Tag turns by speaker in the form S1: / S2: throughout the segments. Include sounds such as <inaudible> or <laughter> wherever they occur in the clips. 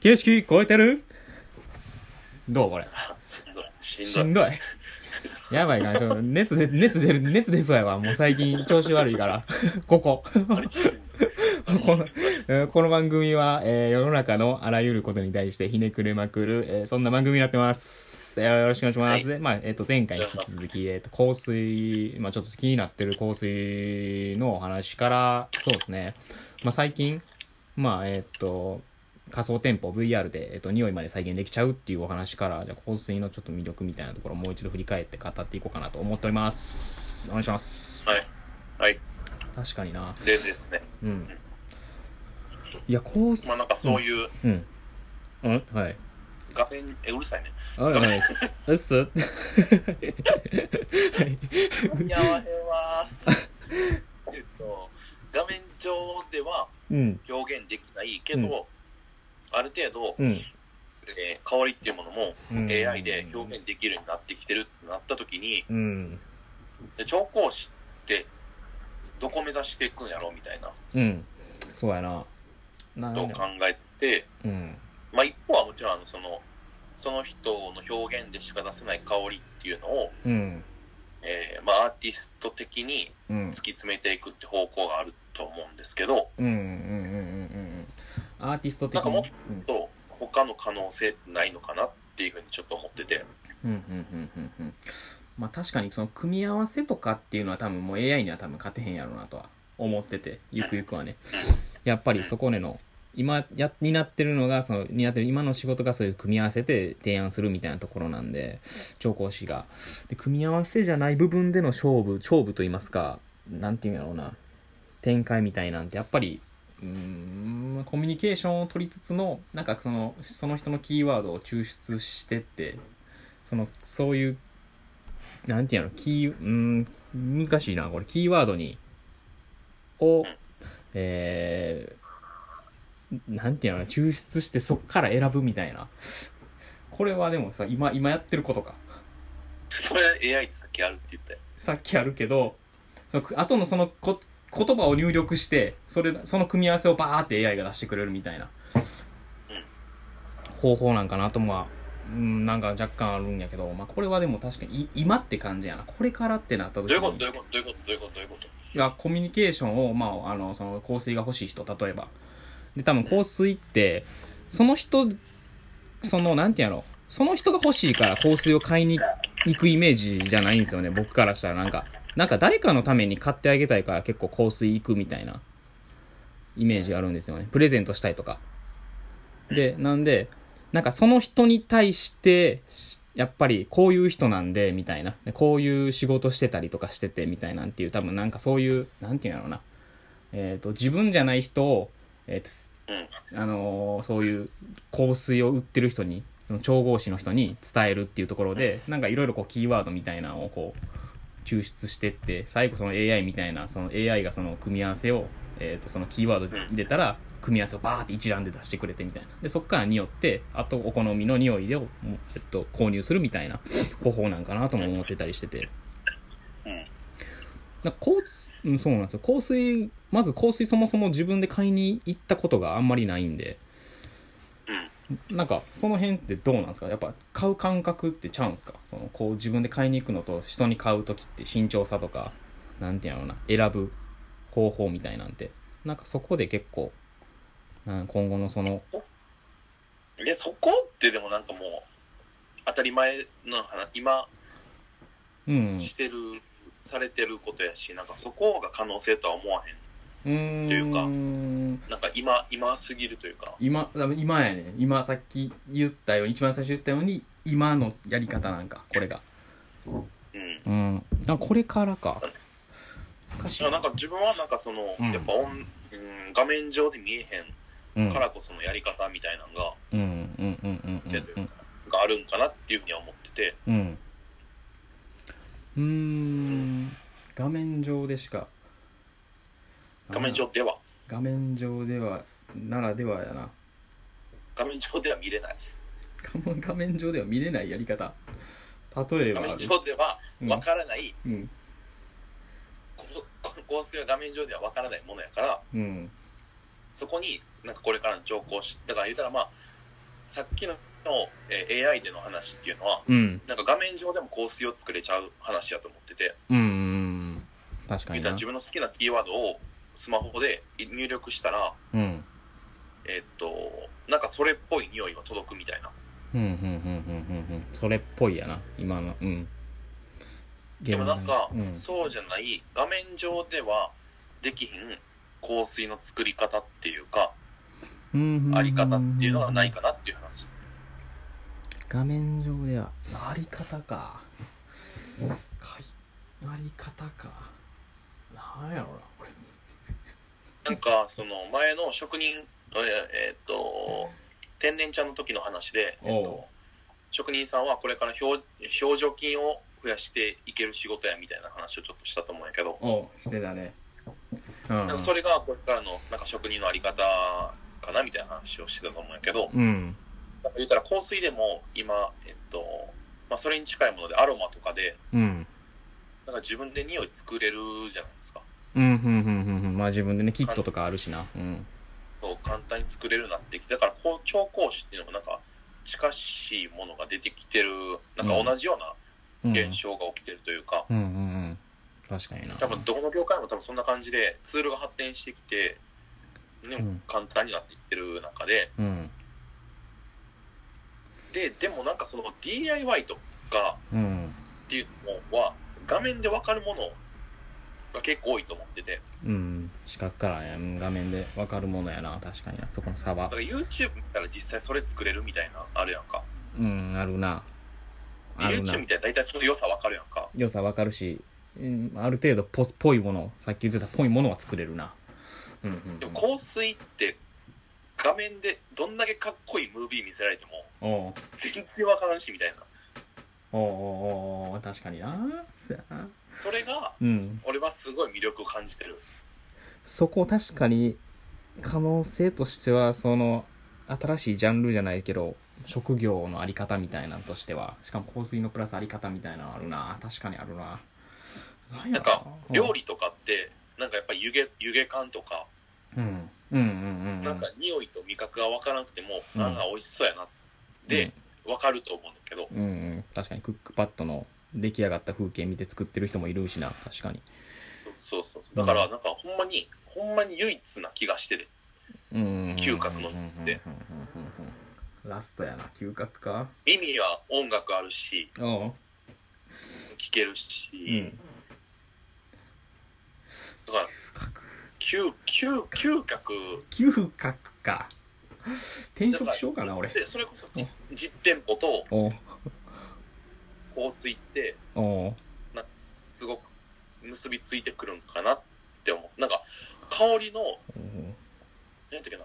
S1: 形式超えてるどうこれ。
S2: しんどい。
S1: し
S2: しん
S1: ん
S2: どい。
S1: どい。やばいから、ちょっと熱で、熱出る、熱出そうやわ。もう最近調子悪いから。ここ。
S2: あれしんどい
S1: このえーこの番組は、えー世の中のあらゆることに対してひねくれまくる、えーそんな番組になってます。えーよろしくお願いします。
S2: はい
S1: でまあ、えっ、と、前回に引き続き、えっ、と、香水、まあ、ちょっと気になってる香水のお話から、そうですね。まあ、最近、まあ、えっ、と、仮想店舗 VR で、えっと匂いまで再現できちゃうっていうお話から、じゃあ香水のちょっと魅力みたいなところをもう一度振り返って語っていこうかなと思っております。お願いします。
S2: はい。はい。
S1: 確かにな。
S2: でですね。
S1: うん。いや、香水。
S2: まあなんかそういう、
S1: うん。うん。はい。
S2: 画面、 <laughs> え、うるさいね。
S1: はい、はい。うっす。はい。
S2: に合わへんわー。えっと、画面上では
S1: うん。
S2: 表現できないけど、ある程度、
S1: うん。
S2: えー香りっていうものも
S1: うん
S2: AI で表現できるようになってきてるってなった時に、
S1: うん。
S2: で調香師ってどこ目指していくんやろみたいな
S1: うん。そうやな。な
S2: ことを考えて、
S1: うん。
S2: まあ一方はもちろんあのその、その人の表現でしか出せない香りっていうのを、
S1: うん。
S2: えーまあアーティスト的に
S1: うん
S2: 突き。詰めていくって方向があると思うんですけど、
S1: うん。うん。うん。うん。アーティスト的
S2: なんか
S1: に。
S2: もっと他の可能性ってないのかなっていうふうにちょっと思ってて、
S1: うん。うん。うん。うん。うん。まあ確かにその組み合わせとかっていうのは多分もう AI には多分勝てへんやろうなとは思ってて、ゆくゆくは <laughs> ね。やっぱりそこねの今や担ってるのがその担ってる今の仕事がそういう組み合わせて提案するみたいなところなんで調香師がで組み合わせじゃない部分での勝負勝負と言いますかなんていうんやろうな展開みたいなんてやっぱりうーんコミュニケーションを取りつつのなんかそのその人のキーワードを抽出してってそのそういうなんていうんやろキーうーん難しいなこれキーワードにをえー、なんていうのかな抽出してそっから選ぶみたいなこれはでもさ今今やってることか
S2: それ AI ってさっきあるって言ったよ。
S1: さっきあるけどその後のそのこ言葉を入力してそれその組み合わせをバーって AI が出してくれるみたいな方法なんかなとまあうんなんか若干あるんやけど、まあ、これはでも確かにい今って感じやなこれからってなった時
S2: ど
S1: に
S2: ういうことどういうことどういうことどういうことどういうこと
S1: いやコミュニケーションを、まあ、あのその香水が欲しい人例えばで多分香水ってその人そのなんていうんやろその人が欲しいから香水を買いに行くイメージじゃないんですよね僕からしたらなんかなんか誰かのために買ってあげたいから結構香水行くみたいなイメージがあるんですよねプレゼントしたいとかでなんでなんかその人に対してやっぱりこういう人なんでみたいなでこういう仕事してたりとかしててみたいなんていう多分なんかそういうなんていうんだろうな、えー、と自分じゃない人を、えーとあのーそういう香水を売ってる人にその調合師の人に伝えるっていうところでなんかいろいろこうキーワードみたいなのをこう抽出してって最後その AI みたいなその AI がその組み合わせを、えー、とそのキーワード入れたら組み合わせをバーって一覧で出してくれてみたいなでそっから匂ってあとお好みの匂いを、えっと、購入するみたいな方法なんかなとも思ってたりしてて。
S2: うん。
S1: なんか香うん、そうなんですよ香水まず香水そもそも自分で買いに行ったことがあんまりないんで
S2: うん。
S1: なんかその辺ってどうなんですかやっぱ買う感覚ってちゃうんですかそのこう自分で買いに行くのと人に買う時って慎重さとかなんていうのな選ぶ方法みたいなんてなんかそこで結構なん今後のその
S2: いや、そこってでもなんかもう、当たり前の話、今
S1: うん
S2: してる、されてることやし、なんかそこが可能性とは思わへん。
S1: うーん
S2: というかなんか今、今すぎるというか、
S1: 今多分今やね今さっき言ったように一番最初言ったように今のやり方なんかこれが
S2: うん。
S1: うん、なんかこれからか。難
S2: だ
S1: しい
S2: からなんか自分はなんかその、
S1: うん
S2: やっぱ音、うん、画面上で見えへ
S1: うん
S2: んからこそのやり方みたいなのが、
S1: うんうんうんうんうん
S2: があるんかなっていうふうには思ってて、
S1: うん。うーん。画面上でしか。
S2: 画面上では、
S1: 画面上では、ならではやな。 <laughs>
S2: 画面上では見れない。
S1: 画面画面上では見れないやり方。例え
S2: 画
S1: ばあ
S2: 面
S1: る。
S2: 上では
S1: うん
S2: わからない、
S1: うん。
S2: ここ香水は画面上ではわからないものやから、
S1: うん。
S2: そこになんかこれからの情報を知ったから言うたら、まあ、さっきの、えー AI での話っていうのは、
S1: うん
S2: なんか画面上でも香水を作れちゃう話やと思ってて、
S1: うんうん確か
S2: み
S1: に
S2: んな
S1: な
S2: 自分の好きなキーワードをスマホで入力したら、
S1: うん
S2: えーっと、なんかそれっぽい匂いが届くみたいな。
S1: うんうんうんうんうんうんそれっぽいやな今のうん
S2: でもなんか、
S1: うん、
S2: そうじゃない、画面上ではできひん香水の作り方っていうか、
S1: うんうん
S2: あり方っていうのがないかなっていう話。
S1: 画面上ではあり方かかいあり方かなんやろなこれ
S2: なんか、その前の職人、ええーっと、天然ちゃんの時の話で、えーっ
S1: おう
S2: と職人さんはこれから表表情筋を増やしていける仕事やみたいな話をちょっとしたと思うんやけど、
S1: おうしてたねう
S2: なんか
S1: ん
S2: それがこれからのなんか職人のあり方かなみたいな話をしてたと思うんやけど、
S1: うん
S2: なんか言ったら香水でも今、えっと、まあ、それに近いものでアロマとかで、
S1: うん
S2: なんか自分で匂い作れるじゃないですか。
S1: うんうんうんうんうんまあ自分でねキットとかあるしなうん
S2: そう簡単に作れるようになってきて、だからこう調香師っていうのもなんか近しいものが出てきてる、なん
S1: うん
S2: か同じよう
S1: うん
S2: な現象が起きてるというか、
S1: うんうんうん確かにな
S2: 多分どこの業界も多分そんな感じでツールが発展してきて、ね
S1: うん
S2: 簡単になっていってる中で、
S1: うん
S2: で、でもなんかその DIY とか、
S1: うん
S2: っていうのは画面で分かるものが結構多いと思ってて
S1: うん視覚からねうん画面で分かるものやな確かになそこの差
S2: だ
S1: は
S2: から YouTube 見たら実際それ作れるみたいなあるやんか
S1: うんあるな
S2: で
S1: あるな
S2: YouTube みたいな大体その良さ分かるやんか
S1: 良さわかるし、うん、ある程度ポスぽいものさっき言ってたぽいものは作れるなうんうん、
S2: でも香水って画面でどんだけかっこいいムービー見せられても
S1: うん、おう
S2: 全然分からんしみたいな
S1: おうおうおう確かになそやな
S2: それが
S1: うん
S2: 俺はすごい魅力を感じてる
S1: そこ確かに可能性としてはその新しいジャンルじゃないけど職業のあり方みたいなのとしてはしかも香水のプラスあり方みたいなのあるな確かにあるななんや
S2: なん
S1: ろ
S2: か
S1: うん
S2: 料理とかってなんかやっぱ湯気湯気感とか
S1: うんうんうんうん
S2: なんか匂いと味覚が分からなくても
S1: うん
S2: なんか美味しそうやなって分かると思うんだけど
S1: うんうん確かにクックパッドの出来上がった風景見て作ってる人もいるしな確かに
S2: そうそうそうだからなんかほんまに、ほんまに唯一な気がしてて
S1: 嗅
S2: 覚のって
S1: ラストやな嗅覚か
S2: 耳は音楽あるし
S1: おう
S2: 聴けるし、だから嗅嗅嗅覚
S1: 嗅覚か転職しようかな俺
S2: でそれこそじ実店舗と
S1: おう
S2: 香水って
S1: おう
S2: すごく結びついてくるんかなって思うなんか香りの何ていうかな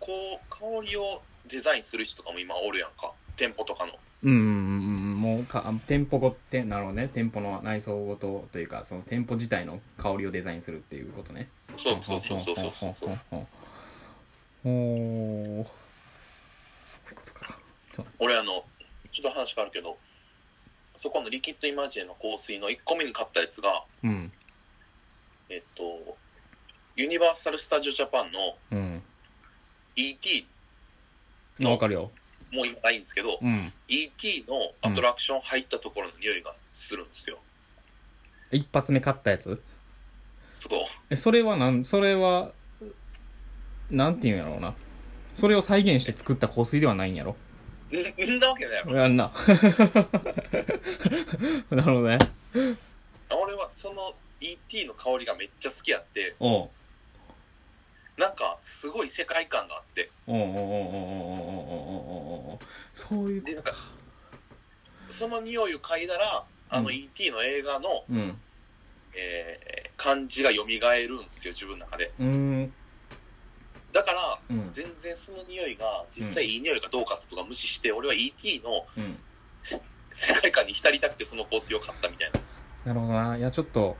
S2: こう香りをデザインする人とかも今おるやんか店舗とかの
S1: うんうんうんうんもうか店舗ごってなるほどね店舗の内装ごとというかその店舗自体の香りをデザインするっていうことね
S2: そうそうそうそうそうそうそう
S1: おおそういうことか
S2: 俺あのちょっと話変わるけどそこのリキッドイマジェの香水の1個目に買ったやつが
S1: うん
S2: えっとユニバーサル・スタジオ・ジャパンの
S1: うん
S2: ET
S1: あわかるよ
S2: もう今ないんですけど、
S1: うん
S2: ET のアトラクション入ったところの匂いがするんですよ、
S1: 一発目買ったやつ
S2: すごい
S1: えそれはなんそれはなんていうんやろうなそれを再現して作った香水ではないんやろ
S2: んんなわけないやろ
S1: やんな <laughs> なるほどね
S2: 俺はその ET の香りがめっちゃ好きやって
S1: おう
S2: なんかすごい世界観があって
S1: おうおうおうおうおうおうおうおうおうそういうこ
S2: で
S1: と
S2: なんかその匂いを嗅いだらあ
S1: う
S2: の
S1: ん
S2: ET の映画の、
S1: うん
S2: えー感じが蘇るんですよ自分の中で
S1: うーん
S2: だから
S1: うん
S2: 全然その匂いが実際いい匂いかどうかとか無視して、俺は ET の
S1: うん
S2: 世界観に浸りたくてその香水を買ったみたいな
S1: なるほどないやちょっと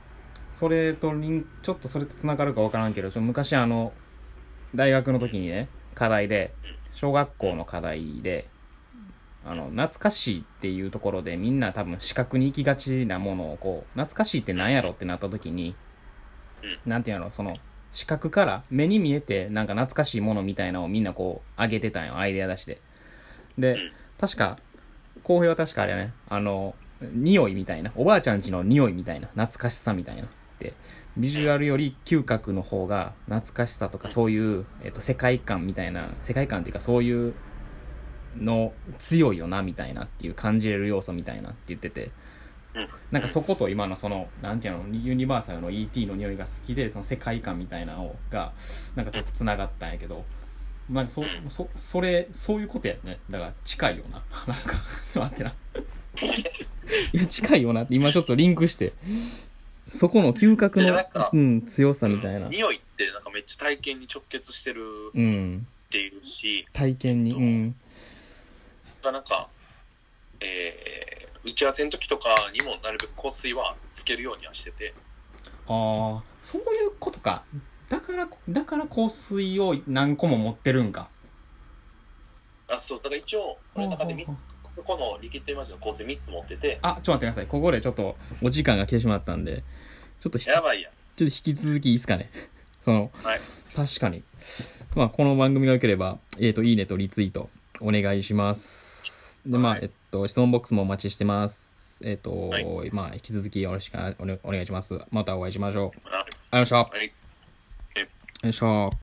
S1: それとリンちょっとそれとつながるかわからんけどちょ昔あの大学の時にね課題で小学校の課題であの懐かしいっていうところでみんな多分視覚に行きがちなものをこう懐かしいってなんやろってなった時になんていうんやろその視覚から目に見えてなんか懐かしいものみたいなのをみんなこう上げてたんよアイデア出しでで
S2: うん、
S1: 確か、浩平は確かあれやね、あの、匂いみたいな、おばあちゃんちの匂いみたいな、懐かしさみたいなって、ビジュアルより嗅覚の方が懐かしさとかそういう、えっと、世界観みたいな、世界観っていうかそういうの強いよなみたいなっていう感じれる要素みたいなって言ってて、
S2: うん
S1: なんかそこと今のそのなんていうのユニバーサルの ET の匂いが好きでその世界観みたいなのがなんかちょっとつながったんやけどなんかそそそれそういうことやねだから近いよな <laughs> なんかちょっと待ってないや近いよなって今ちょっとリンクしてそこの嗅覚
S2: いや
S1: の
S2: なんか、
S1: うん、強さみたいな
S2: 匂いってなんかめっちゃ体験に直結してる
S1: うん
S2: っていうし、
S1: 体験にうん
S2: なんか、えー、打ち合わせの時とかにもなるべく香水はつけるようにはしてて、
S1: ああそういうことかだからだから香水を何個も持ってるんか
S2: あ、そう、だから一応、この中でみここのリキッドイマジンの香水3つ持ってて、
S1: あちょっと待ってくださいここでちょっとお時間が来てしまったんでちょっと引きちょ
S2: や
S1: っと
S2: ばいやん。
S1: 引き続きいいですかね <laughs> その
S2: はい。
S1: 確かにまあこの番組が良ければえっ、といいねとリツイートお願いしますでまあ、
S2: はい
S1: えっと質問ボックスもお待ちしてますえっ、と、
S2: はい
S1: まあ引き続きよろしくお,、お願いしますまたお会いしましょう
S2: はい
S1: ありがとうございました
S2: はい。
S1: よいしょ